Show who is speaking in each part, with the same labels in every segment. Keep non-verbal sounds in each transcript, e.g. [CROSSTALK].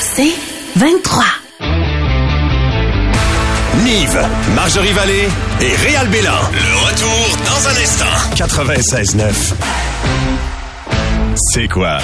Speaker 1: C'est 23.
Speaker 2: Nive, Marjorie Vallée et Réal Bélan. Le retour dans un instant. 96.9. C'est quoi?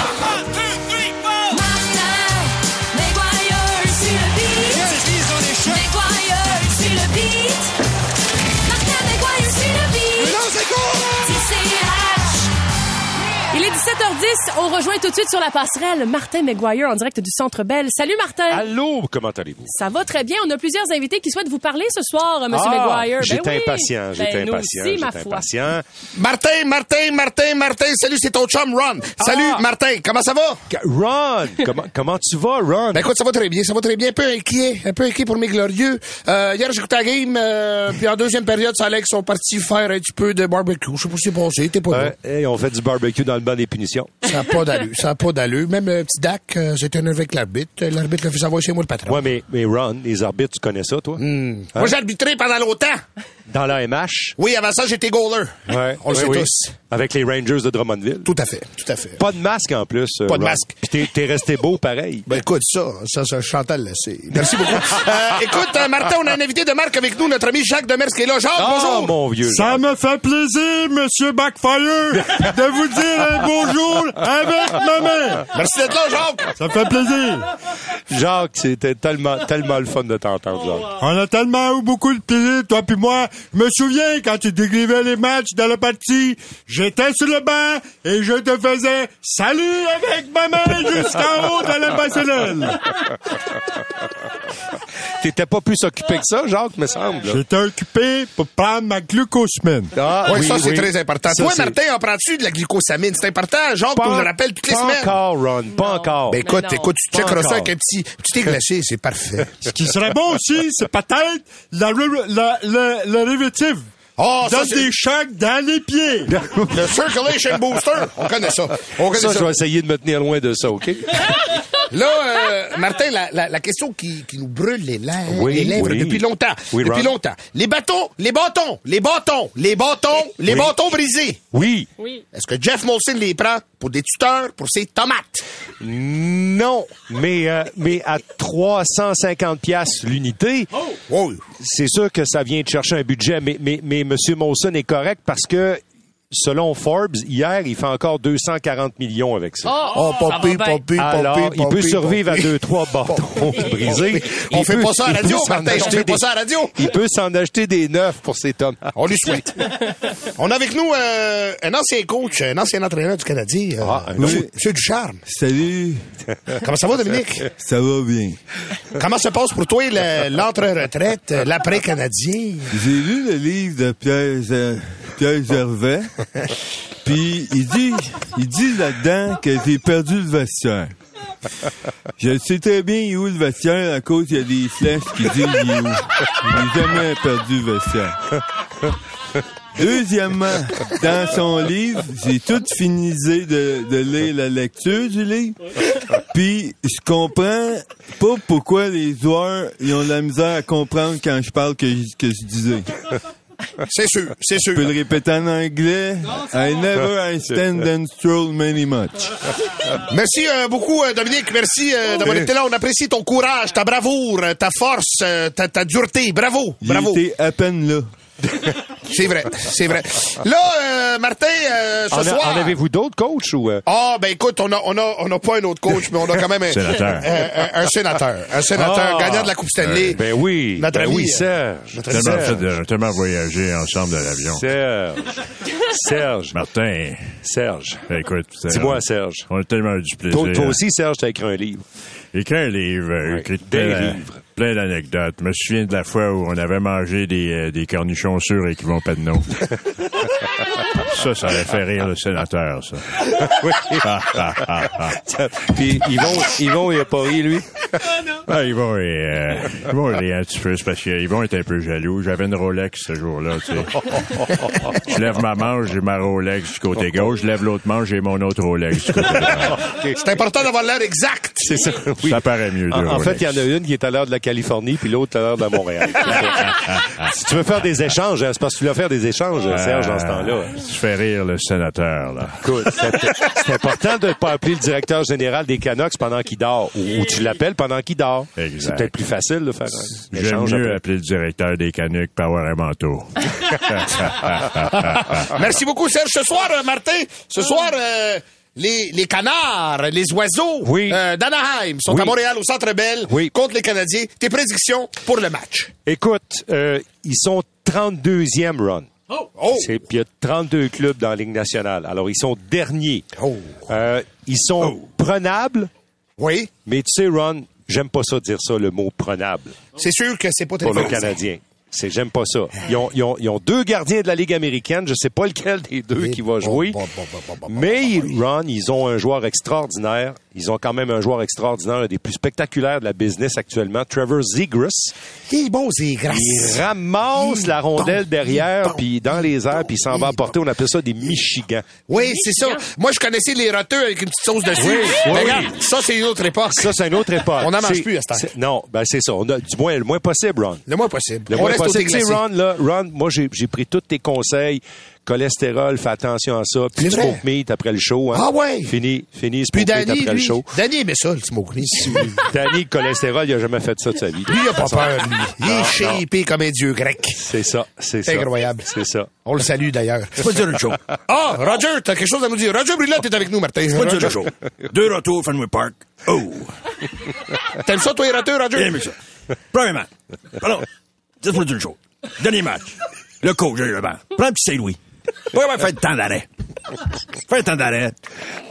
Speaker 3: Il est 17h10, on rejoint tout de suite sur la passerelle Martin McGuire en direct du Centre Belle. Salut Martin!
Speaker 4: Allô, comment allez-vous?
Speaker 3: Ça va très bien, on a plusieurs invités qui souhaitent vous parler ce soir, M.
Speaker 4: Ah,
Speaker 3: McGuire.
Speaker 4: J'étais
Speaker 3: Ben oui.
Speaker 4: impatient, j'étais
Speaker 3: Ben, nous
Speaker 4: impatient,
Speaker 3: aussi, ma
Speaker 4: j'étais
Speaker 3: foi.
Speaker 4: impatient.
Speaker 5: Martin, Martin, Martin, Martin, salut, c'est ton chum Ron. Salut,
Speaker 4: Ah.
Speaker 5: Martin, comment ça va?
Speaker 4: Ca-
Speaker 5: [LAUGHS]
Speaker 4: Ron, comment, comment tu vas, Ron?
Speaker 5: Ben écoute, ça va très bien, ça va très bien. Un peu inquiet, un peu inquiet pour mes glorieux. Euh, hier, j'écoutais la game, euh, puis en deuxième période, ça allait qu'ils sont partis faire un petit peu de barbecue. Je sais pas ce qui s'est passé, t'es pas là.
Speaker 4: Ouais, hey, on fait du barbecue dans le banc des punitions.
Speaker 5: Ça n'a pas d'allure, ça n'a pas d'allure. Même le petit Dak, euh, j'étais énervé avec l'arbitre. Euh, L'arbitre l'a fait savoir chez moi le patron.
Speaker 4: Ouais, mais, mais Ron, les arbitres, tu connais ça, toi? Hein?
Speaker 5: Hmm. Moi, j'ai arbitré pendant longtemps.
Speaker 4: Dans la MH.
Speaker 5: Oui, avant ça, j'étais goaler. On le
Speaker 4: Oui,
Speaker 5: sait
Speaker 4: oui.
Speaker 5: tous.
Speaker 4: Avec les Rangers de Drummondville.
Speaker 5: Tout à fait, tout à fait.
Speaker 4: Pas de masque en plus. euh,
Speaker 5: Pas de
Speaker 4: Ron.
Speaker 5: masque.
Speaker 4: Puis t'es- t'es resté beau pareil.
Speaker 5: Ben écoute, ça, ça, ça Chantal là, c'est... Merci
Speaker 4: [LAUGHS]
Speaker 5: beaucoup. Euh, écoute, euh, Martin, on a un invité de marque avec nous, notre ami Jacques Demers qui est là. Jacques,
Speaker 4: Ah,
Speaker 5: bonjour.
Speaker 4: mon vieux.
Speaker 6: Ça
Speaker 4: Jacques.
Speaker 6: me fait plaisir, Monsieur Backfire, de vous dire un bonjour avec ma main.
Speaker 5: Merci d'être là, Jacques.
Speaker 6: Ça fait plaisir.
Speaker 4: Jacques, c'était tellement, tellement le fun de t'entendre, Jacques.
Speaker 6: On a tellement eu beaucoup de plaisir, toi puis moi. Je me souviens quand tu décrivais les matchs dans la partie, j'étais sur le banc et je te faisais salut avec ma main jusqu'en haut de la passerelle.
Speaker 4: [LAUGHS] T'étais pas plus occupé que ça, Jacques, me semble. là.
Speaker 6: J'étais occupé pour prendre ma glucosamine.
Speaker 4: Ah,
Speaker 5: oui, ça, c'est très important.
Speaker 4: Ça,
Speaker 5: Toi,
Speaker 4: c'est-
Speaker 5: Martin, en prends-tu de la glucosamine? C'est important. Jacques,
Speaker 4: Pas-
Speaker 5: on le rappelle toutes les
Speaker 4: pas
Speaker 5: semaines.
Speaker 4: encore, Ron, pas encore.
Speaker 5: Ben écoute,
Speaker 3: Mais non.
Speaker 5: écoute, tu
Speaker 4: Pas
Speaker 5: checkeras
Speaker 4: encore.
Speaker 5: ça avec un petit, petit thé glacé, c'est parfait.
Speaker 4: [LAUGHS]
Speaker 6: Ce qui serait bon aussi, c'est peut-être la, re- la, la- le révétif.
Speaker 5: Oh, ça,
Speaker 6: Donne
Speaker 5: c'est-
Speaker 6: des chocs dans les
Speaker 5: [LAUGHS]
Speaker 6: pieds.
Speaker 5: Le circulation booster, on connaît ça. On connaît
Speaker 4: Ça,
Speaker 5: ça.
Speaker 4: je vais essayer de me tenir loin de ça, OK?
Speaker 5: Là, euh, Martin, la, la, la question qui, qui nous brûle les lèvres,
Speaker 4: Oui,
Speaker 5: les lèvres
Speaker 4: oui.
Speaker 5: depuis longtemps,
Speaker 4: Oui,
Speaker 5: depuis
Speaker 4: Ron.
Speaker 5: longtemps. Les bâtons, les bâtons, les bâtons, les bâtons, les
Speaker 4: Oui.
Speaker 5: bâtons brisés.
Speaker 4: Oui.
Speaker 3: Oui.
Speaker 5: Est-ce que Jeff Molson les prend pour des tuteurs, pour ses tomates?
Speaker 4: Non, mais, euh, mais à 350 pièces l'unité,
Speaker 5: Oh!
Speaker 4: c'est sûr que ça vient de chercher un budget, mais, mais, mais M. Monson est correct parce que, selon Forbes, hier, il fait encore 240 millions avec ça.
Speaker 3: Oh,
Speaker 5: Oh,
Speaker 3: ça va
Speaker 5: pompé,
Speaker 3: bien.
Speaker 5: pompé,
Speaker 4: Alors,
Speaker 5: pompé,
Speaker 4: il peut
Speaker 5: pompé,
Speaker 4: survivre à
Speaker 5: pompé.
Speaker 4: deux, trois
Speaker 5: [LAUGHS]
Speaker 4: bâtons brisés.
Speaker 5: On
Speaker 4: Il
Speaker 5: fait
Speaker 4: peut-
Speaker 5: pas ça à
Speaker 4: il
Speaker 5: la radio,
Speaker 4: peut s'en
Speaker 5: Martin, on
Speaker 4: acheter
Speaker 5: fait pas
Speaker 4: des-
Speaker 5: ça à la radio.
Speaker 4: Il peut s'en acheter des neufs pour ses tomates.
Speaker 5: On lui souhaite. On a avec nous euh, un ancien coach, un ancien entraîneur du Canadien, euh,
Speaker 4: Ah, un
Speaker 5: monsieur-
Speaker 4: autre.
Speaker 5: monsieur Ducharme.
Speaker 6: Salut,
Speaker 5: [LAUGHS] Comment ça va, Dominique?
Speaker 6: ça va bien.
Speaker 5: Comment se passe pour toi le- l'entre-retraite, euh, l'après-Canadien?
Speaker 6: J'ai lu le livre de Pierre, Ger- Pierre
Speaker 5: [LAUGHS]
Speaker 6: Gervais, puis il dit, il dit là-dedans que j'ai perdu le vestiaire. Je sais très bien il est où le vestiaire à cause il y a des flèches qui disent il est où. Je n'ai jamais perdu le vestiaire. Deuxièmement, dans son livre, j'ai tout finisé de, de lire la lecture du livre. Puis je comprends pas pourquoi les joueurs ils ont de la misère à comprendre quand je parle que je, que je disais.
Speaker 5: C'est sûr, c'est sûr.
Speaker 6: Je peux le répéter en anglais. I never I stand and stroll many much.
Speaker 5: Merci euh, beaucoup, euh, Dominique. Merci
Speaker 4: Oh.
Speaker 5: euh, d'avoir été là. On apprécie ton courage, ta bravoure, euh, ta force, euh, ta, ta dureté. Bravo, bravo.
Speaker 6: J'étais à peine là.
Speaker 5: C'est vrai, c'est vrai. Là, euh, Martin, euh, ce
Speaker 4: En, a-
Speaker 5: soir...
Speaker 4: en avez-vous d'autres coachs ou... euh,
Speaker 5: Ah, ben écoute, on a, on, a, on a pas un autre coach, mais on a quand
Speaker 4: [LAUGHS]
Speaker 5: même un,
Speaker 6: Sénateur.
Speaker 5: un, un- un sénateur. Un sénateur
Speaker 4: Ah.
Speaker 5: gagnant de la Coupe Stanley.
Speaker 7: euh,
Speaker 4: Ben oui,
Speaker 5: Notre
Speaker 4: ben
Speaker 5: ami,
Speaker 4: oui,
Speaker 5: euh,
Speaker 4: Serge.
Speaker 5: notre ami euh,
Speaker 7: tellement,
Speaker 4: Serge.
Speaker 7: fait de- tellement voyagé ensemble dans l'avion. [LAUGHS]
Speaker 4: Serge. Serge.
Speaker 7: Martin,
Speaker 4: Serge.
Speaker 7: écoute, c'est-
Speaker 4: Dis-moi, Serge.
Speaker 7: on a tellement eu du plaisir.
Speaker 4: Toi, toi aussi, Serge, t'as écrit un livre.
Speaker 7: Écrit un livre, euh,
Speaker 4: Ouais,
Speaker 7: écrit
Speaker 4: des
Speaker 7: plein,
Speaker 4: livres.
Speaker 7: plein d'anecdotes. Je me souviens de la fois où on avait mangé des, euh, des cornichons sûrs et qui vont pas de
Speaker 4: [LAUGHS]
Speaker 7: nom. ça, ça allait faire rire le sénateur,
Speaker 4: [LAUGHS]
Speaker 7: ça. [LAUGHS]
Speaker 4: Oui. Puis Yvon, Yvon, il a pas ri, lui.
Speaker 7: Ah, ils vont, euh, ils vont rire un petit peu, c'est parce qu'ils vont être un peu jaloux. J'avais une Rolex ce jour-là, tu sais. Je lève ma manche, j'ai ma Rolex du côté gauche. Je lève l'autre manche, j'ai mon autre Rolex du côté droit.
Speaker 5: C'est important d'avoir l'air exact.
Speaker 4: C'est ça, oui.
Speaker 7: Ça paraît mieux,
Speaker 4: [LAUGHS] En,
Speaker 7: deux
Speaker 4: en fait, il y en
Speaker 7: Rolex.
Speaker 4: a une qui est à l'heure de la Californie, puis l'autre à l'heure de la Montréal. si tu veux faire des échanges, hein, c'est parce que tu voulais faire des échanges, [LAUGHS]
Speaker 7: Euh,
Speaker 4: Serge, dans ce temps-là.
Speaker 7: Ah, Tu fais rire le sénateur, là.
Speaker 4: Écoute, c'est- c'est important de ne pas appeler le directeur général des Canucks pendant qu'il dort, ou, ou tu l'appelles pendant qu'il dort.
Speaker 7: Exact.
Speaker 4: C'est peut-être plus facile de faire un
Speaker 7: J'aime
Speaker 4: échange.
Speaker 7: mieux
Speaker 4: après.
Speaker 7: appeler le directeur des canucks pour avoir un
Speaker 4: [LAUGHS]
Speaker 7: manteau. [LAUGHS]
Speaker 5: [LAUGHS] Merci beaucoup, Serge. Ce soir, euh, Martin, ce soir, euh, les, les canards, les oiseaux
Speaker 4: Oui.
Speaker 5: euh, d'Anaheim sont
Speaker 4: Oui.
Speaker 5: à Montréal au Centre Bell
Speaker 4: Oui.
Speaker 5: contre les Canadiens. Tes prédictions pour le match?
Speaker 4: Écoute, euh, ils sont 32e run.
Speaker 5: Oh!
Speaker 4: C'est- Puis il y a 32 clubs dans la Ligue nationale. Alors, ils sont derniers.
Speaker 5: Oh.
Speaker 4: Euh, ils sont prenables,
Speaker 5: Oui,
Speaker 4: mais tu sais, Ron, j'aime pas ça dire ça, le mot prenable.
Speaker 5: c'est sûr que c'est pas
Speaker 4: pour le
Speaker 5: téléphonisé.
Speaker 4: Canadien. C'est j'aime pas ça. Ils ont, ils ont- ils ont deux gardiens de la Ligue américaine. Je sais pas lequel des deux qui va jouer.
Speaker 5: bon, bon, bon, bon, bon,
Speaker 4: Mais
Speaker 5: bah,
Speaker 4: ils- Ron, ils ont un joueur extraordinaire. Ils ont quand même un joueur extraordinaire, un des plus spectaculaires de la business actuellement, Trevor Zegras.
Speaker 5: Il est bon, c'est grâce.
Speaker 4: Il ramasse la rondelle derrière, puis dans les airs, puis il s'en va porter. On appelle ça des Michigans.
Speaker 5: Oui, c'est ça. Moi, je connaissais les roteux avec une petite sauce dessus. Mais
Speaker 4: oui.
Speaker 5: regarde, ça, c'est une autre époque.
Speaker 4: Ça, c'est
Speaker 5: [LAUGHS]
Speaker 4: une autre époque.
Speaker 5: On n'en mange
Speaker 4: C'est-
Speaker 5: plus à cette heure.
Speaker 4: c'est- Non, ben c'est ça. On a, du moins, le moins possible, Ron.
Speaker 5: Le moins possible.
Speaker 4: Le
Speaker 5: On
Speaker 4: moins
Speaker 5: reste au
Speaker 4: possible.
Speaker 5: thé
Speaker 4: Tu sais,
Speaker 5: glacé.
Speaker 4: Ron, là, Ron, moi, j'ai j'ai pris tous tes conseils. Cholestérol, fais attention à ça. Puis
Speaker 5: C'est vrai.
Speaker 4: smoke meat après le show. Hein.
Speaker 5: Ah ouais?
Speaker 4: Fini, fini smoke
Speaker 5: Puis
Speaker 4: meat
Speaker 5: Danny,
Speaker 4: après le
Speaker 5: lui,
Speaker 4: show.
Speaker 5: Danny aimait ça, le smoke meat. Lui,
Speaker 4: [LAUGHS] Danny, le cholestérol, il a jamais fait ça de sa vie.
Speaker 5: il a pas peur, lui. Ah, Il est shapé comme un dieu grec.
Speaker 4: C'est ça, c'est ça.
Speaker 5: C'est incroyable.
Speaker 4: C'est ça.
Speaker 5: On le salue, d'ailleurs. C'est pas dur le show. Ah, Roger, t'as quelque chose à nous dire. Roger Brulotte est avec nous, Martin. C'est
Speaker 8: Pas de show. Deux retours Fenway Park. Oh!
Speaker 5: T'aimes ça, toi, les roteux, Roger?
Speaker 8: Bien aimé ça. Premier match. Pardon. Dites-moi d'une chose. Dernier match. Le coach, j'ai le banc. Prends un petit Saint-Louis. Pas avoir fait de temps d'arrêt. Faire un temps d'arrêt.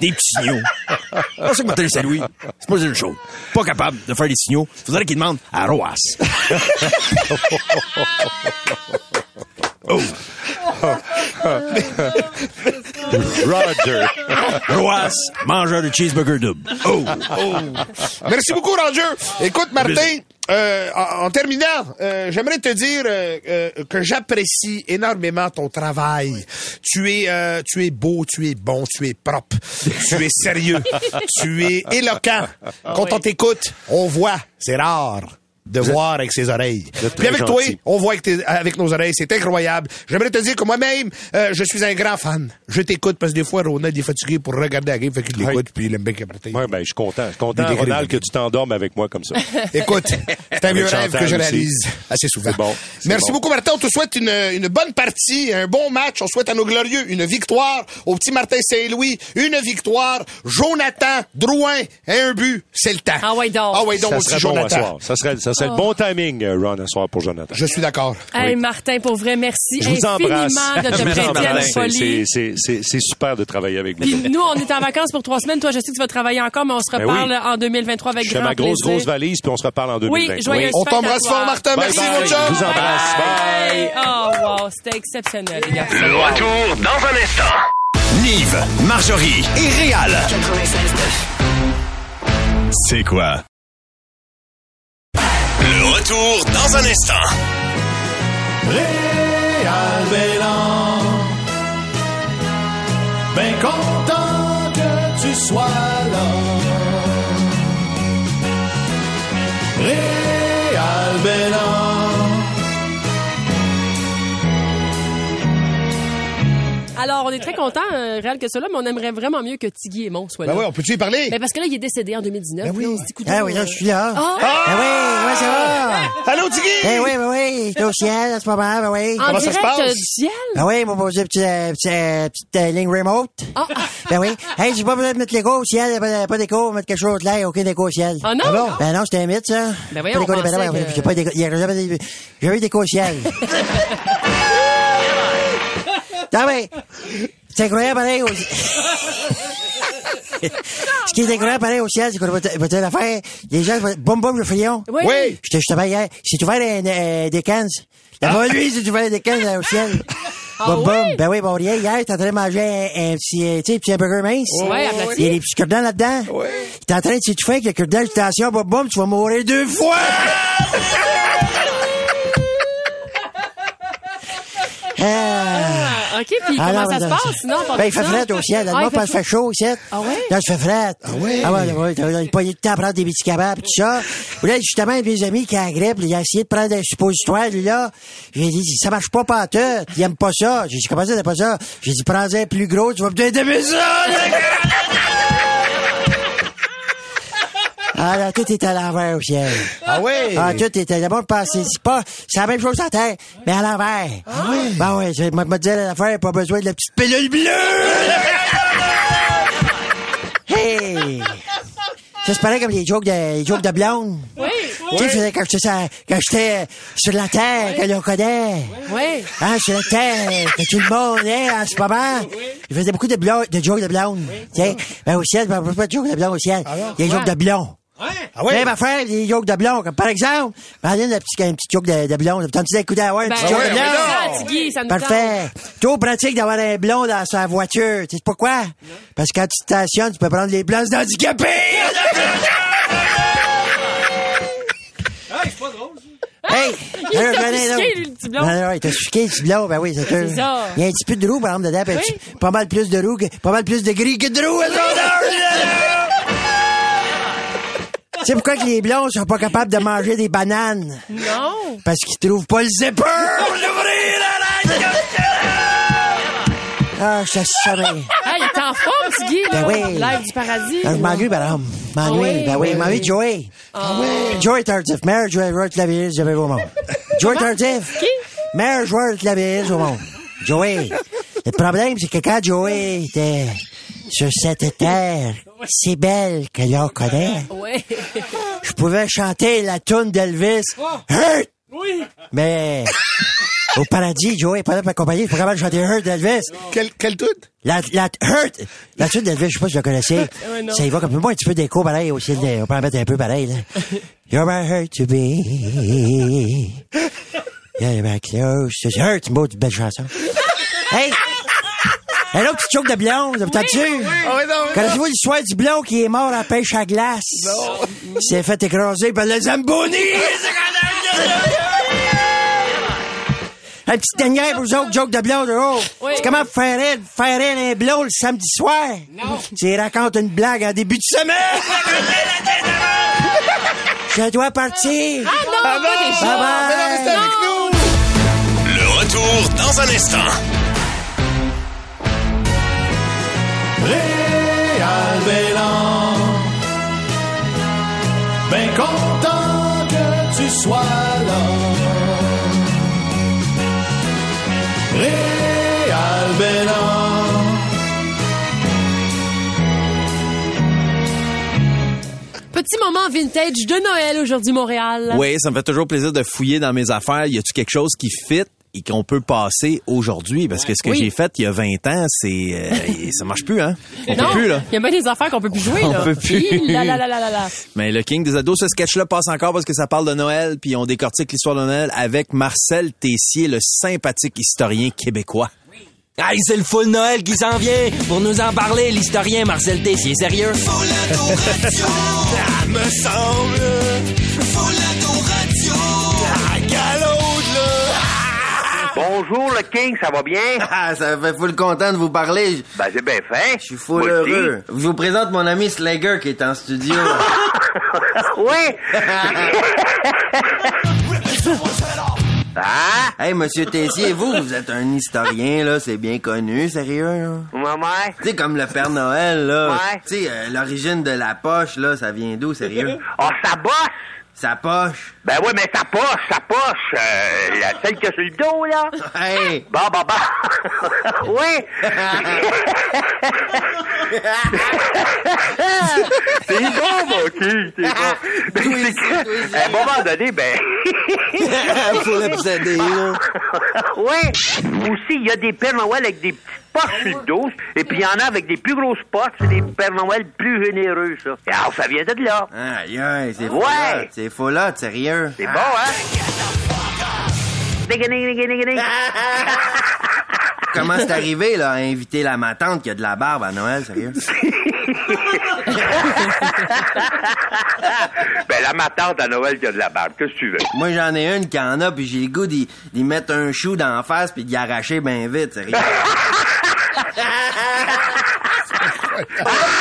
Speaker 8: Des petits signaux. Ah, C'est pour ça que Martin Saint-Louis, c'est pas une chose. Pas capable de faire des signaux. Faudrait qu'il demande à
Speaker 3: [LAUGHS]
Speaker 8: Roas.
Speaker 4: Roger.
Speaker 8: Roas, mangeur de cheeseburger double. Oh!
Speaker 5: Merci beaucoup, Roger. Écoute, Martin, euh, en, en terminant, euh, j'aimerais te dire euh, euh, que j'apprécie énormément ton travail. Tu es, euh, tu es beau, tu es bon, tu es propre, tu es
Speaker 4: [LAUGHS]
Speaker 5: sérieux, tu es éloquent. Quand on
Speaker 3: oui.
Speaker 5: t'écoute, on voit. C'est rare de voir avec ses oreilles. Puis
Speaker 4: êtes très
Speaker 5: avec toi,
Speaker 4: gentil.
Speaker 5: on voit avec, tes- avec nos oreilles, c'est incroyable. J'aimerais te dire que moi-même, euh, je suis un grand fan. Je t'écoute parce que des fois, Ronald est fatigué pour regarder la game, fait
Speaker 4: [LAUGHS]
Speaker 5: qu'il l'écoute, puis il aime bien qu'il y ait Martin.
Speaker 4: Ouais, ben, je suis content. Je suis content,
Speaker 5: Il décrit
Speaker 4: Ronald,
Speaker 5: le-
Speaker 4: que tu t'endormes avec moi comme ça.
Speaker 5: Écoute, c'est un
Speaker 4: Avec
Speaker 5: vieux rêve
Speaker 4: Chantal
Speaker 5: que je
Speaker 4: aussi.
Speaker 5: réalise assez souvent.
Speaker 4: C'est bon, c'est
Speaker 5: Merci
Speaker 4: bon.
Speaker 5: beaucoup, Martin. On te souhaite une, une bonne partie, un bon match. On souhaite à nos glorieux une victoire. Au petit Martin Saint-Louis, une victoire. Jonathan Drouin, un but. C'est le temps.
Speaker 3: Ah ouais donc.
Speaker 5: Ah ouais donc
Speaker 4: ça
Speaker 5: aussi,
Speaker 4: serait bon à
Speaker 5: Jonathan.
Speaker 4: soir. Ça serait, ça serait le bon timing, euh, Ron, à soir pour Jonathan.
Speaker 5: je suis d'accord.
Speaker 3: Oh. Hey, Martin, pour vrai, merci
Speaker 4: Je vous
Speaker 3: infiniment
Speaker 4: embrasse.
Speaker 3: de te
Speaker 4: [LAUGHS] Je vous
Speaker 3: prêter à
Speaker 4: embrasse.
Speaker 3: la
Speaker 4: C'est- C'est
Speaker 3: folie.
Speaker 4: c'est- c'est- c'est super de travailler avec vous.
Speaker 3: Puis nous, on est en vacances pour trois semaines. Toi, je sais que tu vas travailler encore, mais on se
Speaker 4: Ben oui.
Speaker 3: reparle en 2023 avec
Speaker 4: Je fais
Speaker 3: grand
Speaker 4: ma grosse,
Speaker 3: plaisir.
Speaker 4: grosse valise, puis on se reparle en 2020.
Speaker 3: joyeux-
Speaker 5: On
Speaker 3: Fête à
Speaker 5: t'embrasse
Speaker 3: toi.
Speaker 5: fort, Martin.
Speaker 4: Bye
Speaker 5: Merci,
Speaker 4: bye.
Speaker 5: mon chum.
Speaker 4: Je vous embrasse.
Speaker 3: Bye. Oh, wow, c'était exceptionnel, les gars.
Speaker 2: Le retour dans un instant. Nive, Marjorie et Réal. C'est quoi? Le retour dans un instant.
Speaker 9: Ben content que tu sois là. Réal Bélan.
Speaker 3: Alors, on est très content, euh, Réal, que cela, mais on aimerait vraiment mieux que Tiggy et Mon soient là.
Speaker 5: Ben ouais, on peut-tu y parler?
Speaker 3: Mais parce que là, il est décédé en
Speaker 10: Ben
Speaker 3: 2019.
Speaker 5: oui.
Speaker 3: là, on se dit, coudonc,
Speaker 11: Ah oui,
Speaker 3: euh,
Speaker 11: là, je suis là.
Speaker 3: Ah!
Speaker 11: Ah oui, ouais, ça va.
Speaker 5: Allô, Tiggy!
Speaker 11: Eh oui, ben oui, j'étais au ciel en ce moment, ben oui.
Speaker 3: en
Speaker 5: Comment ça se
Speaker 3: direct
Speaker 5: passe?
Speaker 3: euh, du ciel.
Speaker 11: Ah oui, mon posé petite, euh, petite, euh, petite euh, ligne remote.
Speaker 3: Ah, ah.
Speaker 11: Ben oui. Hey, j'ai pas besoin de mettre l'écho au ciel, y a pas, de- pas d'écho, mettre quelque chose là, y a aucun écho au ciel.
Speaker 3: Ah non?
Speaker 11: Ben non, c'était un mythe, ça.
Speaker 3: Ben voyons,
Speaker 11: Pas d'écho,
Speaker 3: on
Speaker 11: eh? ben non, ben
Speaker 3: pensait
Speaker 11: oui,
Speaker 3: que-
Speaker 11: j'ai pas d'écho, y a jamais d'é- j'ai jamais eu d'écho
Speaker 3: [LAUGHS]
Speaker 11: au ciel. Non, mais, c'est incroyable, pareil. au- [LAUGHS] Ce qui est incroyable, pareil, au ciel, c'est qu'on va te va te la faire. Les gens, boum, boum, le frion.
Speaker 3: Oui.
Speaker 5: Oui.
Speaker 11: J'étais justement hier. J'ai ouvert un, euh, des cans. La bonne nuit, j'ai ouvert des cans euh, au ciel.
Speaker 3: [LAUGHS] Ah
Speaker 11: Bob Bob.
Speaker 3: oui?
Speaker 11: Ben oui, bon, rien. Hier, t'es en train de manger un, un petit, euh, tu sais, petit hamburger mince.
Speaker 3: Ouais, aplati.
Speaker 11: Il y a des petits cure-dents là-dedans. Oui. T'es en train de s'étouffer avec le cure-dent. Je dis, Attention, Bob Bob, tu vas mourir deux fois! Ah.
Speaker 3: Ah, OK, puis
Speaker 11: Ah,
Speaker 3: comment
Speaker 11: non,
Speaker 3: ça se
Speaker 11: ben,
Speaker 3: passe? sinon,
Speaker 11: Ben, il fait
Speaker 3: pendant-
Speaker 11: fret au ciel.
Speaker 3: Ah,
Speaker 11: Là-dedans,
Speaker 3: il fait
Speaker 11: il fait chaud ici.
Speaker 3: Ah ouais?
Speaker 11: Là, je fais fret. Ah
Speaker 5: ouais?
Speaker 11: Ah ouais, ouais. t'as- Il a pas eu le temps de prendre des médicaments pis tout ça. Puis là, justement, un de mes amis qui a la grippe, il a essayé de prendre un suppositoire, lui, là. J'ai dit, ça marche pas pantoute. Il aime pas ça. J'ai dit, comment ça, t'aimes pas ça? J'ai dit, prends un plus gros, tu vas me donner ça, là. Ah là, tout est à l'envers au ciel.
Speaker 5: Ah oui?
Speaker 11: Ah, tout était d'abord passé. C'est pas, c'est la même chose à terre, mais à l'envers. Ah oui? Ben oui, je vais me dire l'affaire, pas besoin de la petite pilule bleue! hey! Ça, c'est pareil comme les jokes de, les jokes de blonde.
Speaker 3: Oui,
Speaker 11: Tu sais, je faisais quand j'étais sur- quand j'étais euh, sur la terre, que l'on connaît.
Speaker 3: oui.
Speaker 11: Hein, sur la terre, que tout le monde est hein, en ce moment. Je faisais beaucoup de, blondes, de jokes de blonde. Tu sais, ben au ciel, ben, pas de jokes de blonde au ciel. Il y a des jokes de blonde.
Speaker 5: Ah oui?
Speaker 11: Même affaire, des jokes de blond. Comme par exemple, Marlène, un petit, un petit joke de, de blond. T'as entendu d'écouter, ouais, un
Speaker 3: Ben,
Speaker 11: petit joke
Speaker 5: ouais,
Speaker 11: de
Speaker 5: mais
Speaker 11: blond.
Speaker 5: non.
Speaker 3: ça, Tigui, ça nous
Speaker 11: Parfait. Trop pratique d'avoir un blond dans sa voiture. Tu sais pourquoi? Parce que quand tu stationnes, tu peux prendre les places d'handicapés. Hey,
Speaker 3: Il
Speaker 12: euh,
Speaker 11: alors,
Speaker 3: t'a
Speaker 11: venez,
Speaker 3: suqué,
Speaker 11: donc.
Speaker 3: lui, le petit blond.
Speaker 11: Non, non, il t'a suqué, le petit blond. Ben oui, c'est sûr. Il y
Speaker 3: ça.
Speaker 11: a un petit peu de roux, par exemple, dedans. puis un
Speaker 3: Oui.
Speaker 11: petit- Pas mal plus de roux, que- pas mal plus de gris que de roux. eux autres. Tu sais pourquoi que les blonds sont pas capables de manger des bananes?
Speaker 3: tente. Non.
Speaker 11: Parce qu'ils trouvent pas le zipper pour l'ouvrir à la Ah, je suis assommé.
Speaker 3: Ah, il est en forme, Tigui, là.
Speaker 11: Ben oui.
Speaker 3: Live du paradis.
Speaker 11: Ah, Je m'ennuie, Ah madame. Je
Speaker 3: Ah oui,
Speaker 11: M'ennuie, ben oui,
Speaker 3: oui,
Speaker 11: je m'ennuie de Joey.
Speaker 3: Ah
Speaker 11: Joey Tardif, meilleur joueur de clavieriste j'avais au monde. Joey Tardif,
Speaker 3: Qui?
Speaker 11: meilleur joueur de clavieriste au monde. Joey. Le problème, c'est que quand Joey était sur cette terre si belle que l'on connaît,
Speaker 3: Oui.
Speaker 11: je pouvais chanter la tune d'Elvis.
Speaker 5: Oh.
Speaker 11: Hurt! Mais au paradis, Joey est pas là pour m'accompagner. Je suis pas capable de chanter Hurt d'Elvis.
Speaker 5: Quel, quel tout?
Speaker 11: La, la, hurt! La suite d'Elvis, je sais pas si vous
Speaker 5: [LAUGHS]
Speaker 11: la connaissez.
Speaker 3: Ouais, non.
Speaker 11: Ça y va comme moi, un petit peu d'écho pareil aussi. de- On peut en mettre un peu
Speaker 5: [LAUGHS]
Speaker 11: pareil, là. You're my hurt to be. You're my close. to- Hurt, mot de
Speaker 5: [LAUGHS]
Speaker 11: belle chanson. Hey! Un autre petit joke de blonde, vous entendu?
Speaker 5: Ah oui, non, oui, non.
Speaker 11: Connaissez-vous l'histoire du blond qui est mort à la pêche à glace? Non. s'est fait écraser par le Zamboni! Un petit dernier pour vous autres, joke de blond de haut.
Speaker 3: Oui.
Speaker 11: C'est comment faire rire, faire rire un blond le samedi soir? Non. Tu lui racontes une blague en début de semaine! Je dois partir!
Speaker 3: Ah, non, pas déjà.
Speaker 11: Bye bye.
Speaker 5: Mais non, restez avec nous!
Speaker 2: Le retour dans un instant.
Speaker 9: Réal Bélan. Ben content que tu sois là. Réal Bélan.
Speaker 3: Petit moment vintage de Noël aujourd'hui, Montréal.
Speaker 10: Oui, ça me fait toujours plaisir de fouiller dans mes affaires. Y a-tu quelque chose qui fit et qu'on peut passer aujourd'hui? Parce que ce que
Speaker 3: Oui.
Speaker 10: j'ai fait il y a 20 ans, c'est euh, ça marche plus, hein? On
Speaker 3: non,
Speaker 10: peut plus, là.
Speaker 3: Il y a même des affaires qu'on peut plus jouer, là.
Speaker 10: [LAUGHS] On peut plus.
Speaker 3: Hi, là, là, là, là, là, là.
Speaker 10: Mais le King des ados, ce sketch-là passe encore parce que ça parle de Noël, puis on décortique l'histoire de Noël avec Marcel Tessier, le sympathique historien québécois.
Speaker 13: Hey, c'est le full Noël qui s'en vient! Pour nous en parler, l'historien Marcel Tessier, sérieux?
Speaker 9: Ça me semble. Faut l'adoration. À galaude,
Speaker 12: Bonjour le King, ça va bien?
Speaker 11: Ah, ça me fait full content de vous parler.
Speaker 12: Ben c'est bien fait.
Speaker 11: Je suis full heureux. Je vous présente mon ami Slager qui est en studio.
Speaker 12: [LAUGHS] Oui! Ah!
Speaker 11: hey, monsieur Tessier, vous, vous êtes un historien, là, c'est bien connu, sérieux, là.
Speaker 12: Ma mère?
Speaker 11: Tu sais, comme le Père Noël, là.
Speaker 12: Ouais.
Speaker 11: Tu sais, euh, l'origine de la poche, là, ça vient d'où, sérieux?
Speaker 12: Ah, ça bosse!
Speaker 11: Sa poche.
Speaker 12: Ben oui, mais ça poche, ça poche. Euh, la- celle que sur le dos, là.
Speaker 11: Hey!
Speaker 12: Bah, bah, [LAUGHS] bah. oui!
Speaker 11: [LAUGHS]
Speaker 12: T'es bon, mon King, t'es
Speaker 11: Ah,
Speaker 12: bon. Ben, c'est que, à un moment donné, ben...
Speaker 11: [LAUGHS] Faut l'obséder, là.
Speaker 12: [LAUGHS] oui! Aussi, il y a des Pères Noël avec des petites poches sur le dos, et puis il y en a avec des plus grosses poches, c'est des Pères Noël plus généreux, ça. Alors, ça vient de là.
Speaker 11: Aïe, aïe, c'est faux,
Speaker 12: Ouais. hein?
Speaker 11: là. C'est faux, là, sérieux. Ah,
Speaker 12: C'est bon, hein? Ding, ding, ding, ding, ding.
Speaker 14: Ah, comment c'est arrivé, là, à inviter la matante qui a de la barbe à Noël, sérieux?
Speaker 12: [LAUGHS] Ben, la matante à Noël qui a de la barbe, qu'est-ce que tu veux?
Speaker 14: Moi, j'en ai une qui en a, puis j'ai le goût d'y d'y mettre un chou d'en face puis d'y arracher bien vite,
Speaker 12: [LAUGHS]
Speaker 14: sérieux.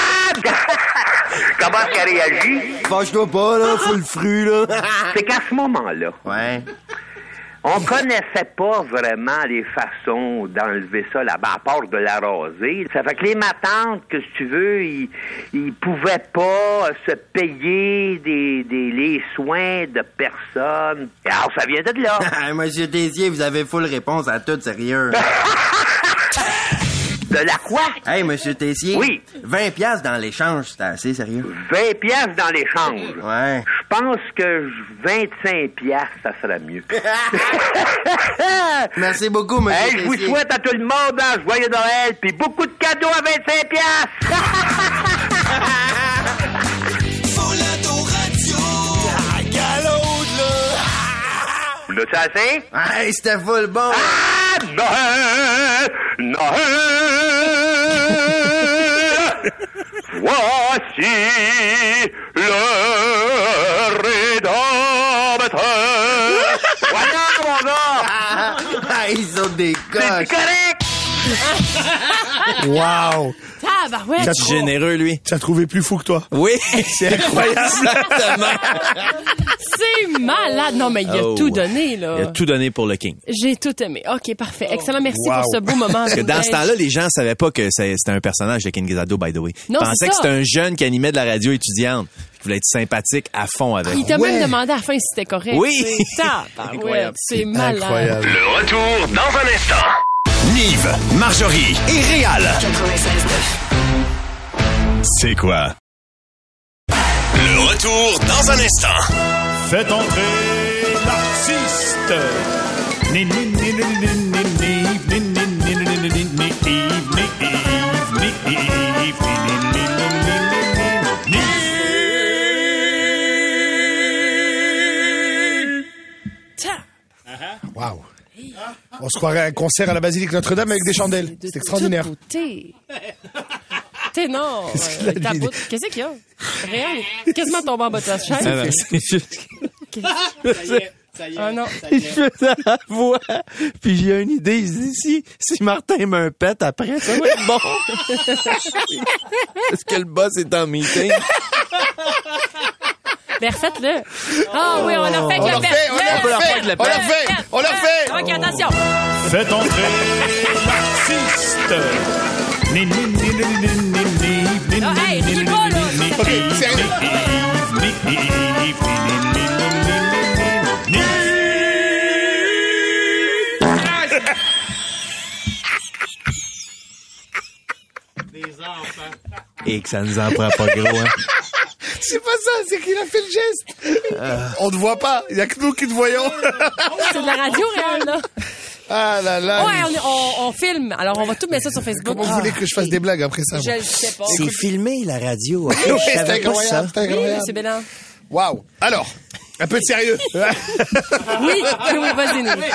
Speaker 12: [LAUGHS] Comment est-ce qu'elle réagit?
Speaker 14: Fâche-toi pas, là, fous le fruit, là.
Speaker 12: C'est qu'à ce moment-là, on connaissait pas vraiment les façons d'enlever ça là-bas, à part de l'arroser. Ça fait que les matantes, que si tu veux, ils, ils pouvaient pas se payer des, des, les soins de personne. Alors, Oh, ça vient
Speaker 14: [LAUGHS]
Speaker 12: de là.
Speaker 14: Ah, Monsieur Tézier, vous avez full réponse à tout, sérieux.
Speaker 12: [LAUGHS] De la quoi?
Speaker 14: Hey, Monsieur Tessier.
Speaker 12: Oui.
Speaker 14: 20 piastres dans l'échange, c'est assez sérieux.
Speaker 12: 20 piastres dans l'échange.
Speaker 14: Ouais.
Speaker 12: Je pense que je- 25 piastres, ça serait mieux.
Speaker 14: [LAUGHS]
Speaker 12: [LAUGHS]
Speaker 14: Merci beaucoup, monsieur
Speaker 12: Hey, je vous
Speaker 14: Tessier.
Speaker 12: souhaite à tout le monde un joyeux Noël, puis beaucoup de cadeaux à 25 piastres. [LAUGHS] Ah, L'as-tu assez?
Speaker 14: Hey, c'était full bon.
Speaker 12: Noël, Noël, voici le Rédempteur. Voilà, mon gars!
Speaker 14: [LAUGHS] Ah, ils ont des coches.
Speaker 3: correct!
Speaker 5: Wow!
Speaker 3: [LAUGHS] Tabarouette!
Speaker 10: généreux, lui.
Speaker 5: Tu as trouvé plus fou que toi. [LAUGHS]
Speaker 10: Oui, c'est
Speaker 5: incroyable.
Speaker 3: C'est malade! Non, mais il a
Speaker 10: Oh.
Speaker 3: tout donné, là.
Speaker 10: Il a tout donné pour le King.
Speaker 3: J'ai tout aimé. OK, parfait. Excellent. Merci
Speaker 10: Wow.
Speaker 3: pour ce beau moment.
Speaker 10: Parce que dans ce
Speaker 3: Rodrigue.
Speaker 10: temps-là, les gens savaient pas que c'est- c'était un personnage de King Gizado, by the way. Ils
Speaker 3: Non, c'est
Speaker 10: pensaient que
Speaker 3: ça.
Speaker 10: c'était un jeune qui animait de la radio étudiante. Qui voulait être sympathique à fond avec.
Speaker 3: Il t'a même demandé à la fin si c'était correct.
Speaker 10: Oui.
Speaker 3: C'est tabarouette. C'est malade.
Speaker 2: Le retour dans un instant. Nive, Marjorie et Réal. C'est quoi? Le retour dans un instant.
Speaker 9: Faites entrer l'artiste. Ni, ni, ni, ni, ni, ni, ni, ni, ni, ni, ni, ni, ni, ni, ni, Yves, ni, Yves, ni, Yves, ni, ni, ni, ni, ni, ni, ni, ni,
Speaker 12: [LAUGHS]
Speaker 5: Wow. On se croirait à un concert à la Basilique Notre-Dame avec des chandelles. C'est extraordinaire.
Speaker 3: T'es. [LAUGHS] T'es non.
Speaker 5: Qu'est-ce qu'il a
Speaker 3: euh, ta
Speaker 5: dit?
Speaker 3: boute- Qu'est-ce qu'il y a? Réal, est quasiment tombé en bas de sa chaise.
Speaker 10: Ah, non,
Speaker 6: [LAUGHS]
Speaker 10: c'est juste-
Speaker 3: Ah non.
Speaker 10: Je fais la voix, puis j'ai une idée. Je dis, si, [LAUGHS] si Martin me pète après, ça va [LAUGHS] être bon. Est-ce que le boss est en meeting?
Speaker 3: [LAUGHS] Ben, refaites-le. Ah oui, on leur fait
Speaker 9: On
Speaker 3: avec
Speaker 9: leur
Speaker 3: le pet.
Speaker 9: fait, on leur
Speaker 3: Le
Speaker 9: fait,
Speaker 3: pet,
Speaker 9: on leur fait,
Speaker 3: pet,
Speaker 9: on leur
Speaker 3: pet.
Speaker 9: fait.
Speaker 3: OK, attention.
Speaker 9: Faites entrer l'artiste. Ni, ni, ni, ni, ni, ni, ni, ni,
Speaker 3: Ah, hey,
Speaker 9: ni, ni,
Speaker 3: riez
Speaker 9: ni,
Speaker 3: pas, là.
Speaker 9: ni, ni,
Speaker 3: Ok,
Speaker 9: ni,
Speaker 3: sérieux.
Speaker 9: ni, ni, ni, ni, ni, ni, ni, ni, ni, ni, ni, ni, ni.
Speaker 10: Et que ça nous en prend pas gros, [LAUGHS] hein.
Speaker 5: [LAUGHS] C'est pas ça, c'est qu'il a fait le geste.
Speaker 4: Ah.
Speaker 5: On ne voit pas. Il y a que nous qui te voyons.
Speaker 3: C'est de
Speaker 5: [LAUGHS]
Speaker 3: la radio, Réal, là.
Speaker 5: Ah là là.
Speaker 3: Ouais, on, est- on- on filme. Alors, on va tout mettre ça sur Facebook.
Speaker 5: Comment vous voulez que je fasse des blagues après ça?
Speaker 3: Ah. Je le sais pas.
Speaker 10: C'est filmé, la radio. ok? Je
Speaker 5: [LAUGHS] Oui, c'est
Speaker 10: savais pas
Speaker 5: incroyable,
Speaker 10: ça.
Speaker 5: c'est
Speaker 3: Oui,
Speaker 5: incroyable.
Speaker 3: monsieur Bélin.
Speaker 5: Wow. Alors, un peu de sérieux.
Speaker 3: Oui, oui, oui,
Speaker 5: [LAUGHS]
Speaker 3: vas-y, Nive.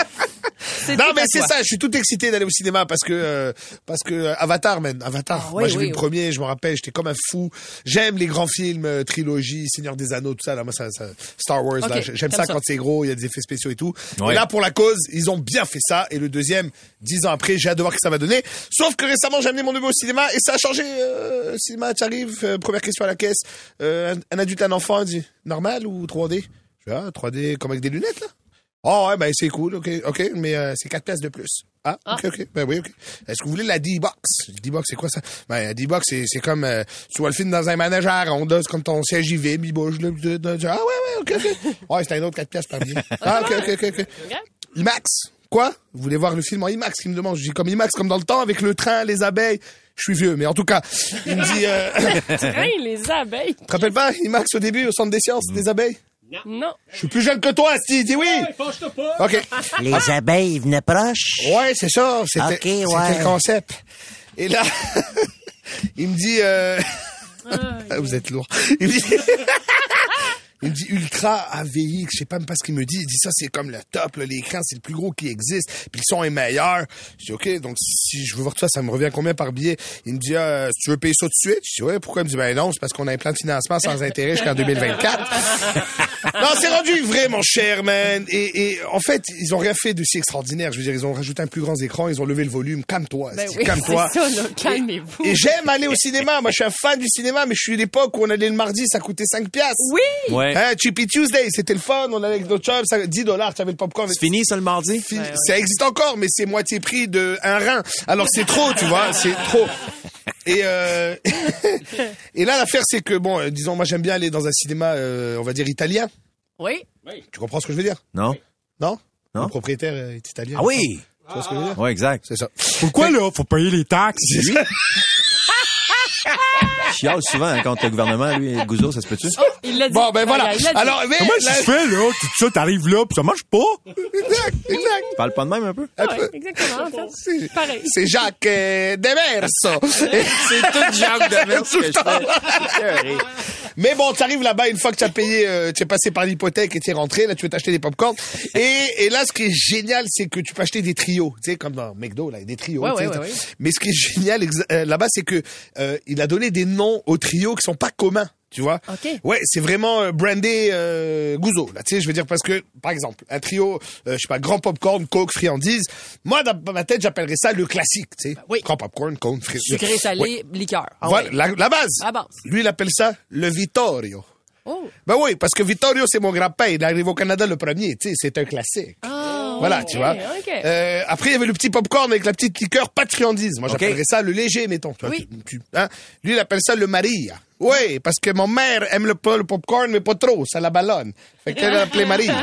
Speaker 5: Non
Speaker 3: tout
Speaker 5: mais
Speaker 3: à
Speaker 5: c'est
Speaker 3: toi.
Speaker 5: ça, je suis tout excité d'aller au cinéma parce que euh, parce que euh, Avatar man, Avatar.
Speaker 3: Ah, oui,
Speaker 5: Moi j'ai
Speaker 3: oui,
Speaker 5: vu le
Speaker 3: oui.
Speaker 5: premier, je me rappelle, j'étais comme un fou. J'aime les grands films, euh, trilogie, Seigneur des Anneaux, tout ça là, moi ça, ça- Star Wars
Speaker 3: Ok,
Speaker 5: là, j'aime
Speaker 3: t'aimes
Speaker 5: ça,
Speaker 3: ça.
Speaker 5: quand c'est gros, il y a des effets spéciaux et tout.
Speaker 10: Ouais.
Speaker 5: Et là pour la cause, ils ont bien fait ça et le deuxième, dix ans après, j'ai hâte de voir que ça va donner. Sauf que récemment, j'ai amené mon neveu au cinéma et ça a changé euh, cinéma, tu arrives, euh, première question à la caisse, euh, un, un adulte un enfant, il dit normal ou 3D Je fais, ah, 3D comme avec des lunettes là. Oh, ouais, ben c'est cool, ok, ok, mais euh, c'est quatre places de plus. Ah, ok, ok, ben oui, ok. Est-ce que vous voulez la D-Box? Le D-Box, c'est quoi ça? Ben, la D-Box, c'est, c'est comme, euh, tu vois le film dans un manager à Honda, c'est comme ton siège IV, il bouge, là, là, là, là. ah ouais, ouais, ok, ok. Ouais, c'est un autre quatre places par billet. Ah, ok, ok, ok, ok. IMAX, quoi? Vous voulez voir le film en IMAX, qui me demande. Je dis comme IMAX, comme dans le temps, avec le train, les abeilles. Je suis vieux, mais en tout cas, il me dit,
Speaker 3: [LAUGHS]
Speaker 5: euh... [LAUGHS]
Speaker 3: Train les abeilles.
Speaker 5: Tu te rappelles pas, IMAX au début, au centre des sciences, des abeilles?
Speaker 3: Non.
Speaker 5: Je suis plus jeune que toi, Steve, dis oui! OK.
Speaker 11: [LAUGHS]
Speaker 5: Ah.
Speaker 11: Les abeilles venaient proches.
Speaker 5: Ouais, c'est ça. C'était
Speaker 11: Ok,
Speaker 5: c'était
Speaker 11: ouais.
Speaker 5: le concept. Et là, [LAUGHS] [LAUGHS] il me dit... euh, Vous êtes lourd. Il me dit... [LAUGHS] Il me dit Ultra AVI, je sais pas même pas ce qu'il me dit. Il dit ça, c'est comme le top, là, l'écran, c'est le plus gros qui existe, puis le son est meilleur. Je dis OK, donc si je veux voir tout ça, ça me revient combien par billet Il me dit Ah, Tu veux payer ça tout de suite Je dis Ouais, pourquoi Il me dit Ben non, c'est parce qu'on a un plan de financement sans intérêt jusqu'en 2024. non, c'est rendu vrai, mon cher man. Et, et, en fait, ils ont rien fait de si extraordinaire. Je veux dire, ils ont rajouté un plus grand écran, ils ont levé le volume. Calme-toi,
Speaker 3: Ben
Speaker 5: esti,
Speaker 3: oui,
Speaker 5: calme-toi.
Speaker 3: c'est ça, là, calmez-vous.
Speaker 5: Et j'aime aller au cinéma. Moi, je suis un fan du cinéma, mais je suis à l'époque où on allait le mardi, ça coûtait 5 piastres.
Speaker 3: Oui!
Speaker 10: Ouais.
Speaker 5: Hein, Cheapy Tuesday, c'était le fun. On allait avec notre chum, ça, 10 dollars, t'avais le popcorn.
Speaker 10: C'est fini, ça, le mardi?
Speaker 5: Fin-
Speaker 3: Ben
Speaker 5: Ça existe encore, mais c'est moitié prix de un rein. Alors, c'est trop, tu vois, c'est trop. Et, euh, [LAUGHS] et là, l'affaire, c'est que, bon, euh, disons, moi, j'aime bien aller dans un cinéma, euh, on va dire, italien.
Speaker 3: Oui.
Speaker 5: Tu comprends ce que je veux dire?
Speaker 10: Non.
Speaker 5: Non? Le propriétaire euh, est italien.
Speaker 10: Ah oui!
Speaker 5: Tu vois ce que je veux dire?
Speaker 10: Ouais, exact.
Speaker 5: C'est ça.
Speaker 10: Pourquoi, là, faut payer les taxes? Lui? Chiale souvent hein, contre le gouvernement, lui, Gouzo, ça se peut-tu?
Speaker 3: Il l'a dit.
Speaker 5: Bon, ben voilà.
Speaker 3: Il l'a dit.
Speaker 5: Alors, mais-
Speaker 10: Comment
Speaker 5: la-
Speaker 10: je fais, là? Tout ça, t'arrives là, pis ça marche pas?
Speaker 5: Exact, exact.
Speaker 10: Tu parles pas de même, un peu?
Speaker 3: Ouais, exactement, en fait.
Speaker 5: C'est-
Speaker 3: Pareil.
Speaker 5: C'est Jacques euh, Demers, ça.
Speaker 10: C'est tout Jacques Demers que je fais.
Speaker 5: Mais bon, t'arrives là-bas une fois que t'as payé, euh, t'es passé par l'hypothèque et t'es rentré. Là, tu veux t'acheter des popcorns. Et, et là, ce qui est génial, c'est que tu peux acheter des trios, tu sais, comme dans McDo, là, il y a des trios.
Speaker 3: Ouais,
Speaker 5: tu sais,
Speaker 3: ouais, ouais,
Speaker 5: t'as-
Speaker 3: ouais.
Speaker 5: Mais ce qui est génial exa- euh, là-bas, c'est que euh, il a donné des noms aux trios qui sont pas communs. Tu vois
Speaker 3: Ok.
Speaker 5: Ouais, c'est vraiment euh, brandé euh, Gouzo, là, tu sais, je veux dire, parce que, par exemple, un trio, euh, je sais pas, grand popcorn, coke, friandise, moi, dans ma tête, j'appellerais ça le classique, tu sais.
Speaker 3: oui.
Speaker 5: Grand popcorn, coke, friandise.
Speaker 3: Sucré, salé,
Speaker 5: Ouais.
Speaker 3: liqueur. Ah
Speaker 5: Voilà,
Speaker 3: ouais.
Speaker 5: la, la base.
Speaker 3: La base.
Speaker 5: Lui, il appelle ça le Vittorio.
Speaker 3: Oh.
Speaker 5: Ben oui, parce que Vittorio, c'est mon grand-père. Il arrive au Canada le premier, tu sais, c'est un classique.
Speaker 3: Ah,
Speaker 5: Voilà,
Speaker 3: ok,
Speaker 5: tu vois.
Speaker 3: ok.
Speaker 5: Euh, après, il y avait le petit popcorn avec la petite liqueur, pas de friandise. Moi,
Speaker 10: Ok.
Speaker 5: j'appellerais ça le léger, mettons. Tu vois,
Speaker 3: Oui.
Speaker 5: tu- tu- hein. Lui, il appelle ça le Maria. Oui, parce que mon mère aime le, po- le popcorn, mais pas trop, ça la ballonne. Fait
Speaker 3: [LAUGHS]
Speaker 5: qu'elle l'appelait Maria.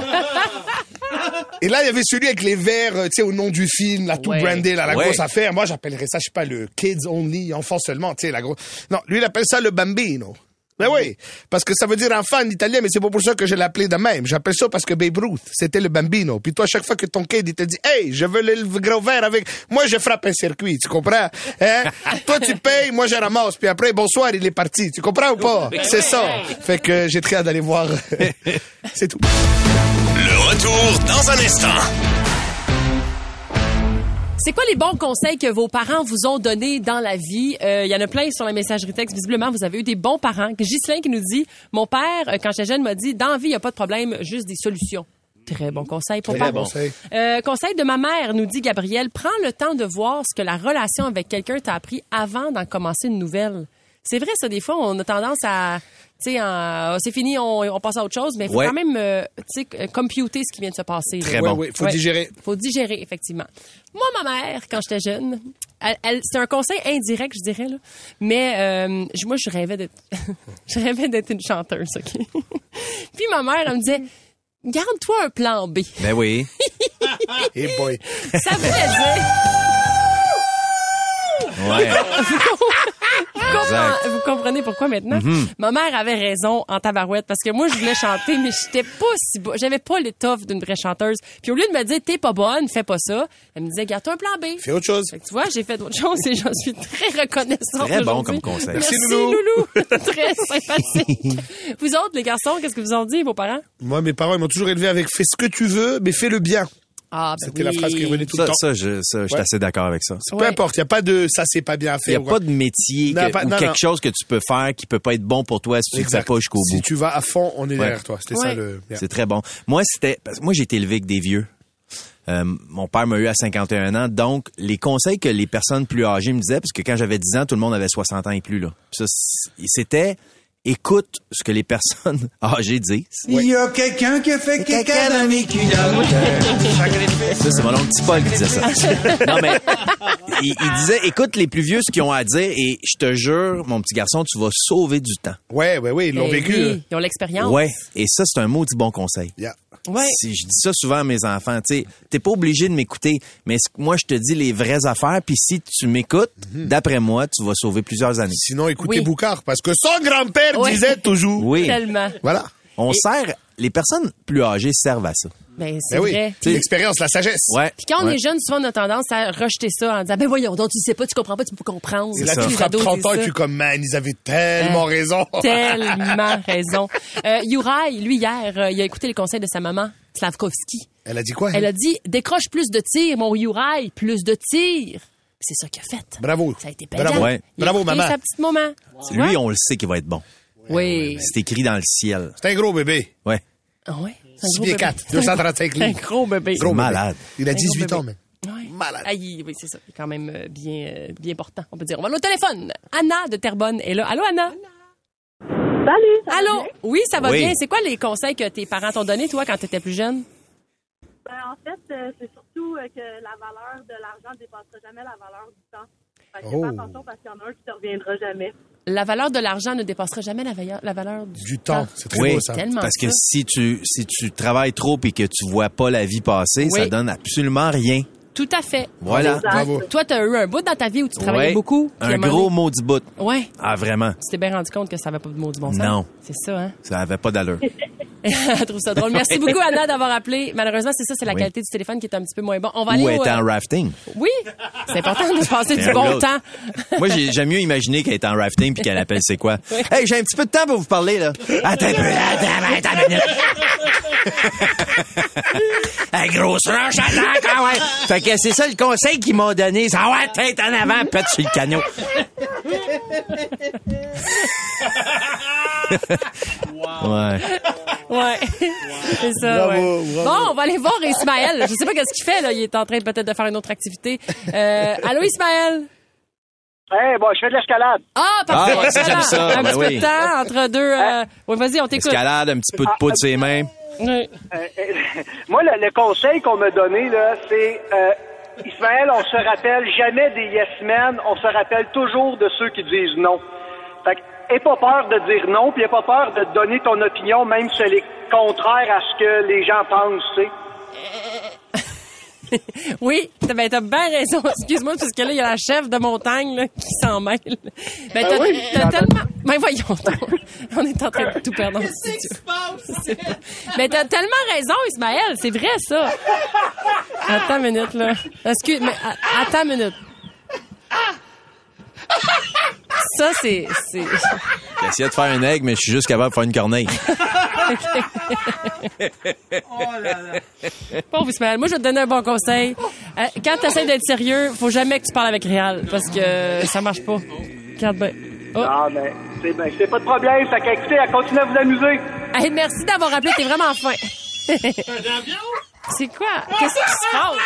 Speaker 5: Et là, il y avait celui avec les verres, euh, tu sais, au nom du film, là, tout
Speaker 3: Ouais.
Speaker 5: brandé, là, la
Speaker 10: Ouais.
Speaker 5: grosse affaire. Moi, j'appellerais ça, je sais pas, le kids only, enfant seulement, tu sais, la grosse. Non, lui, il appelle ça le bambino. Ben oui, parce que ça veut dire enfant en italien, mais c'est pas pour ça que je l'ai appelé de même. J'appelle ça parce que Babe Ruth, c'était le bambino. Puis toi, à chaque fois que ton kid, il te dit, hey, je veux le le gros verre avec, moi, je frappe un circuit, tu comprends? Hein? toi, tu payes, moi, je ramasse. Puis après, bonsoir, il est parti. Tu comprends ou pas? C'est ça. Fait que j'ai très hâte d'aller voir. [LAUGHS] c'est tout.
Speaker 2: Le retour dans un instant.
Speaker 3: C'est quoi les bons conseils que vos parents vous ont donnés dans la vie? Euh, Il y en a plein sur la messagerie texte. Visiblement, vous avez eu des bons parents. Ghislain qui nous dit, mon père, euh, quand j'étais jeune, m'a dit, dans la vie, il n'y a pas de problème, juste des solutions. Très bon conseil pour
Speaker 5: Très
Speaker 3: papa.
Speaker 5: bon conseil.
Speaker 3: Euh, conseil de ma mère, nous dit Gabriel, prends le temps de voir ce que la relation avec quelqu'un t'a appris avant d'en commencer une nouvelle. C'est vrai, ça, des fois, on a tendance à, tu sais, en- euh, c'est fini, on, on passe à autre chose, mais il faut
Speaker 10: Ouais.
Speaker 3: quand même, euh, tu sais, euh, computer ce qui vient de se passer. là.
Speaker 10: Très bon.
Speaker 5: Ouais, ouais, faut digérer.
Speaker 3: Faut digérer, effectivement. Moi, ma mère, quand j'étais jeune, elle, elle- c'est un conseil indirect, je dirais, là. mais euh, je- moi, je rêvais d'être, [LAUGHS] je rêvais d'être une chanteuse, OK? [LAUGHS] Puis ma mère, elle me disait, garde-toi un plan B.
Speaker 10: Ben oui.
Speaker 5: Hey boy.
Speaker 3: Ça voulait dire...
Speaker 10: Ouais.
Speaker 3: Comment-
Speaker 10: Exact. Mm-hmm.
Speaker 3: vous comprenez pourquoi maintenant? Ma mère avait raison en tabarouette parce que moi, je voulais chanter, mais j'étais pas si bonne. J'avais pas l'étoffe d'une vraie chanteuse. Puis au lieu de me dire, t'es pas bonne, fais pas ça, elle me disait, garde-toi un plan B.
Speaker 5: Fais autre chose.
Speaker 3: Fait que tu vois, j'ai fait d'autres choses et j'en suis très reconnaissante.
Speaker 10: Très bon
Speaker 3: aujourd'hui.
Speaker 10: comme conseil.
Speaker 3: Merci,
Speaker 5: Merci,
Speaker 3: Loulou.
Speaker 5: Loulou.
Speaker 3: [LAUGHS] très sympathique. vous autres, les garçons, qu'est-ce que vous en dites, vos parents?
Speaker 5: [LAUGHS] Moi, mes parents, ils m'ont toujours élevé avec fais ce que tu veux, mais fais le bien.
Speaker 3: Ah, ben
Speaker 5: C'était la
Speaker 3: oui.
Speaker 5: phrase qui revenait tout
Speaker 10: Ça,
Speaker 5: le temps.
Speaker 10: ça, je, ça, je suis
Speaker 5: Ouais.
Speaker 10: assez d'accord avec ça.
Speaker 5: Peu
Speaker 3: Ouais.
Speaker 5: importe, il n'y a pas de ça, c'est pas bien à
Speaker 10: Il n'y
Speaker 5: faire.
Speaker 10: a pas de métier
Speaker 5: Non,
Speaker 10: que-
Speaker 5: pas-
Speaker 10: ou
Speaker 5: non,
Speaker 10: quelque
Speaker 5: non.
Speaker 10: chose que tu peux faire qui peut pas être bon pour toi si tu ne fais
Speaker 5: Exact.
Speaker 10: pas jusqu'au
Speaker 5: Si
Speaker 10: bout.
Speaker 5: tu vas à fond, on est derrière
Speaker 10: Ouais.
Speaker 5: toi. C'était
Speaker 3: Ouais.
Speaker 5: ça le. bien.
Speaker 10: C'est très bon. Moi, c'était. parce que Moi, j'ai été élevé avec des vieux. Euh, mon père m'a eu à 51 ans, donc les conseils que les personnes plus âgées me disaient, parce que quand j'avais 10 ans, tout le monde avait 60 ans et plus là. Ça, c- c'était écoute ce que les personnes [LAUGHS] âgées disent.
Speaker 5: Il
Speaker 10: y a quelqu'un qui a fait caca dans mes culottes. Ça, c'est mon oncle petit Paul qui disait
Speaker 3: [LAUGHS]
Speaker 12: [LAUGHS]
Speaker 10: ça. non mais il, il disait écoute les plus vieux ce qu'ils ont à dire et je te jure, mon petit garçon, tu vas sauver du temps.
Speaker 5: Ouais, ouais, ouais, ils l'ont
Speaker 3: Eh
Speaker 5: vécu.
Speaker 3: oui,
Speaker 5: euh.
Speaker 3: ils ont l'expérience.
Speaker 10: Ouais. Et ça, c'est un maudit bon conseil.
Speaker 5: Yeah.
Speaker 3: Ouais.
Speaker 10: Si je dis ça souvent à mes enfants, tu sais, t'es pas obligé de m'écouter, mais c- moi je te dis les vraies affaires, puis si tu m'écoutes, d'après moi, tu vas sauver plusieurs années.
Speaker 5: Mhm. Sinon, écoutez
Speaker 3: Oui.
Speaker 5: Boucard, parce que son grand-père
Speaker 3: Ouais.
Speaker 5: disait toujours.
Speaker 10: Oui,
Speaker 3: Tellement.
Speaker 5: Voilà.
Speaker 10: on sert les personnes plus âgées servent à ça.
Speaker 3: Ben, c'est
Speaker 5: Ben oui,
Speaker 3: vrai.
Speaker 5: c'est l'expérience, la sagesse.
Speaker 10: Ouais.
Speaker 3: Puis quand on
Speaker 5: Ouais.
Speaker 3: est jeune, souvent, on a tendance à rejeter ça en disant, ben voyons, donc tu sais pas, tu comprends pas, tu peux comprendre.
Speaker 5: C'est là
Speaker 3: Tous
Speaker 5: tu
Speaker 3: les
Speaker 5: frappes
Speaker 3: ados
Speaker 5: 30
Speaker 3: disent
Speaker 5: ans
Speaker 3: ça.
Speaker 5: tu es comme, man, ils avaient tellement
Speaker 3: Euh,
Speaker 5: raison.
Speaker 3: [LAUGHS] Tellement raison. Euh, Yurai, lui, hier, euh, il a écouté les conseils de sa maman, Slavkovski.
Speaker 5: [LAUGHS] Elle a dit quoi?
Speaker 3: Elle a dit, décroche plus de tirs, mon Yurai, plus de tirs. C'est ça qu'il a fait.
Speaker 5: Bravo.
Speaker 3: Ça a été payant.
Speaker 10: Bravo. Ouais.
Speaker 3: Il a
Speaker 10: Bravo,
Speaker 3: écouté
Speaker 10: maman.
Speaker 3: sa petite maman. Tu vois?
Speaker 10: Lui, on le sait qu'il va être bon.
Speaker 3: Oui.
Speaker 10: C'est écrit dans le ciel.
Speaker 5: C'est un gros bébé.
Speaker 10: Ouais.
Speaker 3: Ah ouais? C'est un
Speaker 5: 6
Speaker 3: gros
Speaker 5: pieds
Speaker 3: bébé.
Speaker 5: 4,
Speaker 3: C'est un
Speaker 5: 235
Speaker 3: gros-
Speaker 5: livres.
Speaker 3: [LAUGHS] Un gros bébé.
Speaker 10: C'est malade.
Speaker 5: Il a
Speaker 3: Un gros
Speaker 5: 18
Speaker 3: bébé.
Speaker 5: ans, même.
Speaker 3: Ouais. Ah, il- oui, c'est ça. Il est quand même euh, bien, euh, bien portant, on peut dire. On va aller au téléphone. Anna de Terrebonne est là. Allô, Anna? Salut. Allô? Oui, ça va
Speaker 15: Oui.
Speaker 3: bien. C'est quoi les conseils que tes parents t'ont donnés, toi, quand t'étais plus jeune?
Speaker 15: Ben, en fait, euh, c'est surtout euh, que la valeur de l'argent ne dépassera jamais la valeur du temps. Fait que
Speaker 3: Oh.
Speaker 15: fais attention parce qu'il y en a un qui ne te reviendra jamais.
Speaker 3: La valeur de l'argent ne dépassera jamais la, vaille- la valeur du, temps.
Speaker 10: oui,
Speaker 3: Ah, Tellement
Speaker 10: parce que
Speaker 3: ça.
Speaker 10: si tu si tu travailles trop et que tu vois pas la vie passer,
Speaker 3: Oui.
Speaker 10: ça donne absolument rien.
Speaker 3: Tout à fait.
Speaker 10: Voilà. Exact. Bravo.
Speaker 3: Toi, t'as eu un bout dans ta vie où tu travaillais
Speaker 10: Ouais.
Speaker 3: beaucoup. puis à
Speaker 10: Un
Speaker 3: moment
Speaker 10: gros
Speaker 3: donné-
Speaker 10: mot du bout.
Speaker 3: Ouais.
Speaker 10: Ah vraiment,
Speaker 3: Tu t'es bien rendu compte que ça n'avait pas de mot du bon sens.
Speaker 10: Non.
Speaker 3: C'est ça, hein? [LAUGHS]
Speaker 10: ça avait pas d'allure.
Speaker 3: Elle trouve ça drôle. Merci beaucoup, Anna, d'avoir appelé. Malheureusement, c'est ça, c'est la
Speaker 10: Oui.
Speaker 3: qualité du téléphone qui est un petit peu moins bon. On va aller
Speaker 10: Ou
Speaker 3: au,
Speaker 10: être
Speaker 3: euh,
Speaker 10: en rafting.
Speaker 3: Oui, c'est important de passer
Speaker 10: C'est
Speaker 3: du
Speaker 10: un
Speaker 3: bon
Speaker 10: blog.
Speaker 3: temps.
Speaker 10: Moi, j'ai- j'aime mieux imaginer qu'elle est en rafting puis qu'elle appelle c'est quoi. Hey, j'ai un petit peu de temps pour vous parler là. Attends un peu, attends, attends une
Speaker 12: [LAUGHS]
Speaker 10: minute. Hey, grosse roche, attends, quand même. Fait que c'est ça le conseil qu'ils m'ont donné. Ça va tête en avant, pète sur le canot. Ouais.
Speaker 3: [LAUGHS] Ouais. [LAUGHS] C'est ça.
Speaker 10: Bravo,
Speaker 3: ouais.
Speaker 10: bravo.
Speaker 3: Bon, on va aller voir Ismaël. Je sais pas qu'est-ce qu'il fait, là. Il est en train peut-être de faire une autre activité. Euh, allô, Ismaël?
Speaker 16: Eh, bon, je fais de l'escalade.
Speaker 3: Ah, parfait.
Speaker 10: Ah, ouais, ça, j'aime ça.
Speaker 3: Un
Speaker 10: Ben
Speaker 3: petit peu
Speaker 10: oui.
Speaker 3: de temps entre deux.
Speaker 16: Hein?
Speaker 3: euh, Oui, vas-y, on t'écoute.
Speaker 10: Escalade, un petit peu de peau de ses mains.
Speaker 16: Euh, euh, moi, le, le conseil qu'on m'a donné, là, c'est euh, Ismaël, on se rappelle jamais des yes men, on se rappelle toujours de ceux qui disent non. Fait que, aie pas peur de dire non, puis aie pas peur de donner ton opinion, même si elle est contraire à ce que les gens pensent, tu sais.
Speaker 3: Oui, t'as ben, t'as bien raison. [LAUGHS] Excuse-moi, parce que là, il y a la chef de montagne là, qui s'en mêle. Ben,
Speaker 16: Ah
Speaker 3: t'as
Speaker 16: oui?
Speaker 3: t'as tellement... Ben, voyons, donc. [LAUGHS] on est en train de tout perdre. Qu'est-ce qui se passe? [LAUGHS] Ben, t'as tellement raison, Ismaël. C'est vrai, ça. Attends une minute, là. Excuse... Mais, a- attends une minute. Ça, c'est... c'est...
Speaker 10: J'ai essayé de faire un aigle, mais je suis juste capable de faire une corneille.
Speaker 3: Pauvre Ismaël, moi je vais te donner un bon conseil. Euh, quand tu d'être sérieux, faut jamais que tu parles avec Réal parce que euh, ça marche pas. Regarde bien.
Speaker 16: Ah, ben, c'est ben, c'est pas de problème. Fait qu'écoutez, continuez à vous amuser.
Speaker 3: Hey, merci d'avoir appelé, t'es vraiment fin. C'est quoi? Qu'est-ce qui se passe?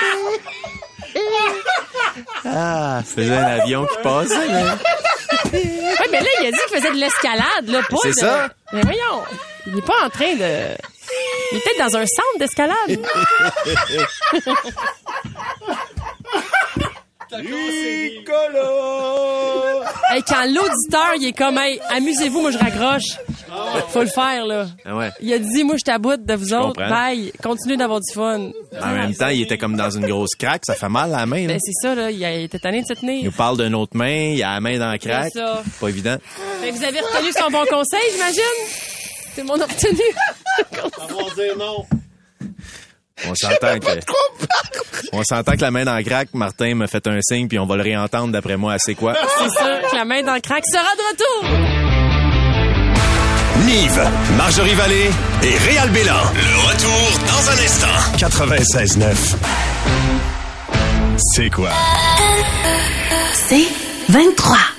Speaker 10: Ah, c'est un avion qui passe. là.
Speaker 3: Oui, mais là, il a dit qu'il faisait de l'escalade, là, pas
Speaker 10: C'est
Speaker 3: de-
Speaker 10: ça.
Speaker 3: Mais voyons, il est pas en train de... Il est peut-être dans un centre d'escalade.
Speaker 9: Nicolas!
Speaker 3: Hey, quand l'auditeur, il est comme, hey, amusez-vous, moi je raccroche. Faut le faire, là.
Speaker 10: Ah ouais.
Speaker 3: Il a dit, moi je t'aboute de vous autres.
Speaker 10: comprends. Ah
Speaker 3: Bye, continuez d'avoir du fun.
Speaker 10: En même temps, il était comme dans une grosse craque, ça fait mal à la main. là.
Speaker 3: Ben, c'est ça, là. Il a- il était tanné de se
Speaker 10: Il
Speaker 3: tenir.
Speaker 10: nous parle d'une autre main, il a la main dans la craque.
Speaker 3: C'est ça.
Speaker 10: Pas évident.
Speaker 3: Fait que Ben, vous avez retenu son bon conseil, j'imagine? Tout le monde a retenu. Savoir dire non.
Speaker 10: On s'entend que on s'entend que la main dans la craque, Martin m'a fait un signe puis on va le réentendre d'après moi, c'est quoi
Speaker 3: C'est sûr que la main dans le crack sera de retour.
Speaker 2: Nive, Marjorie Vallée et Réal Bélan. Le retour dans un instant. 96.9. C'est quoi?
Speaker 1: C'est 23.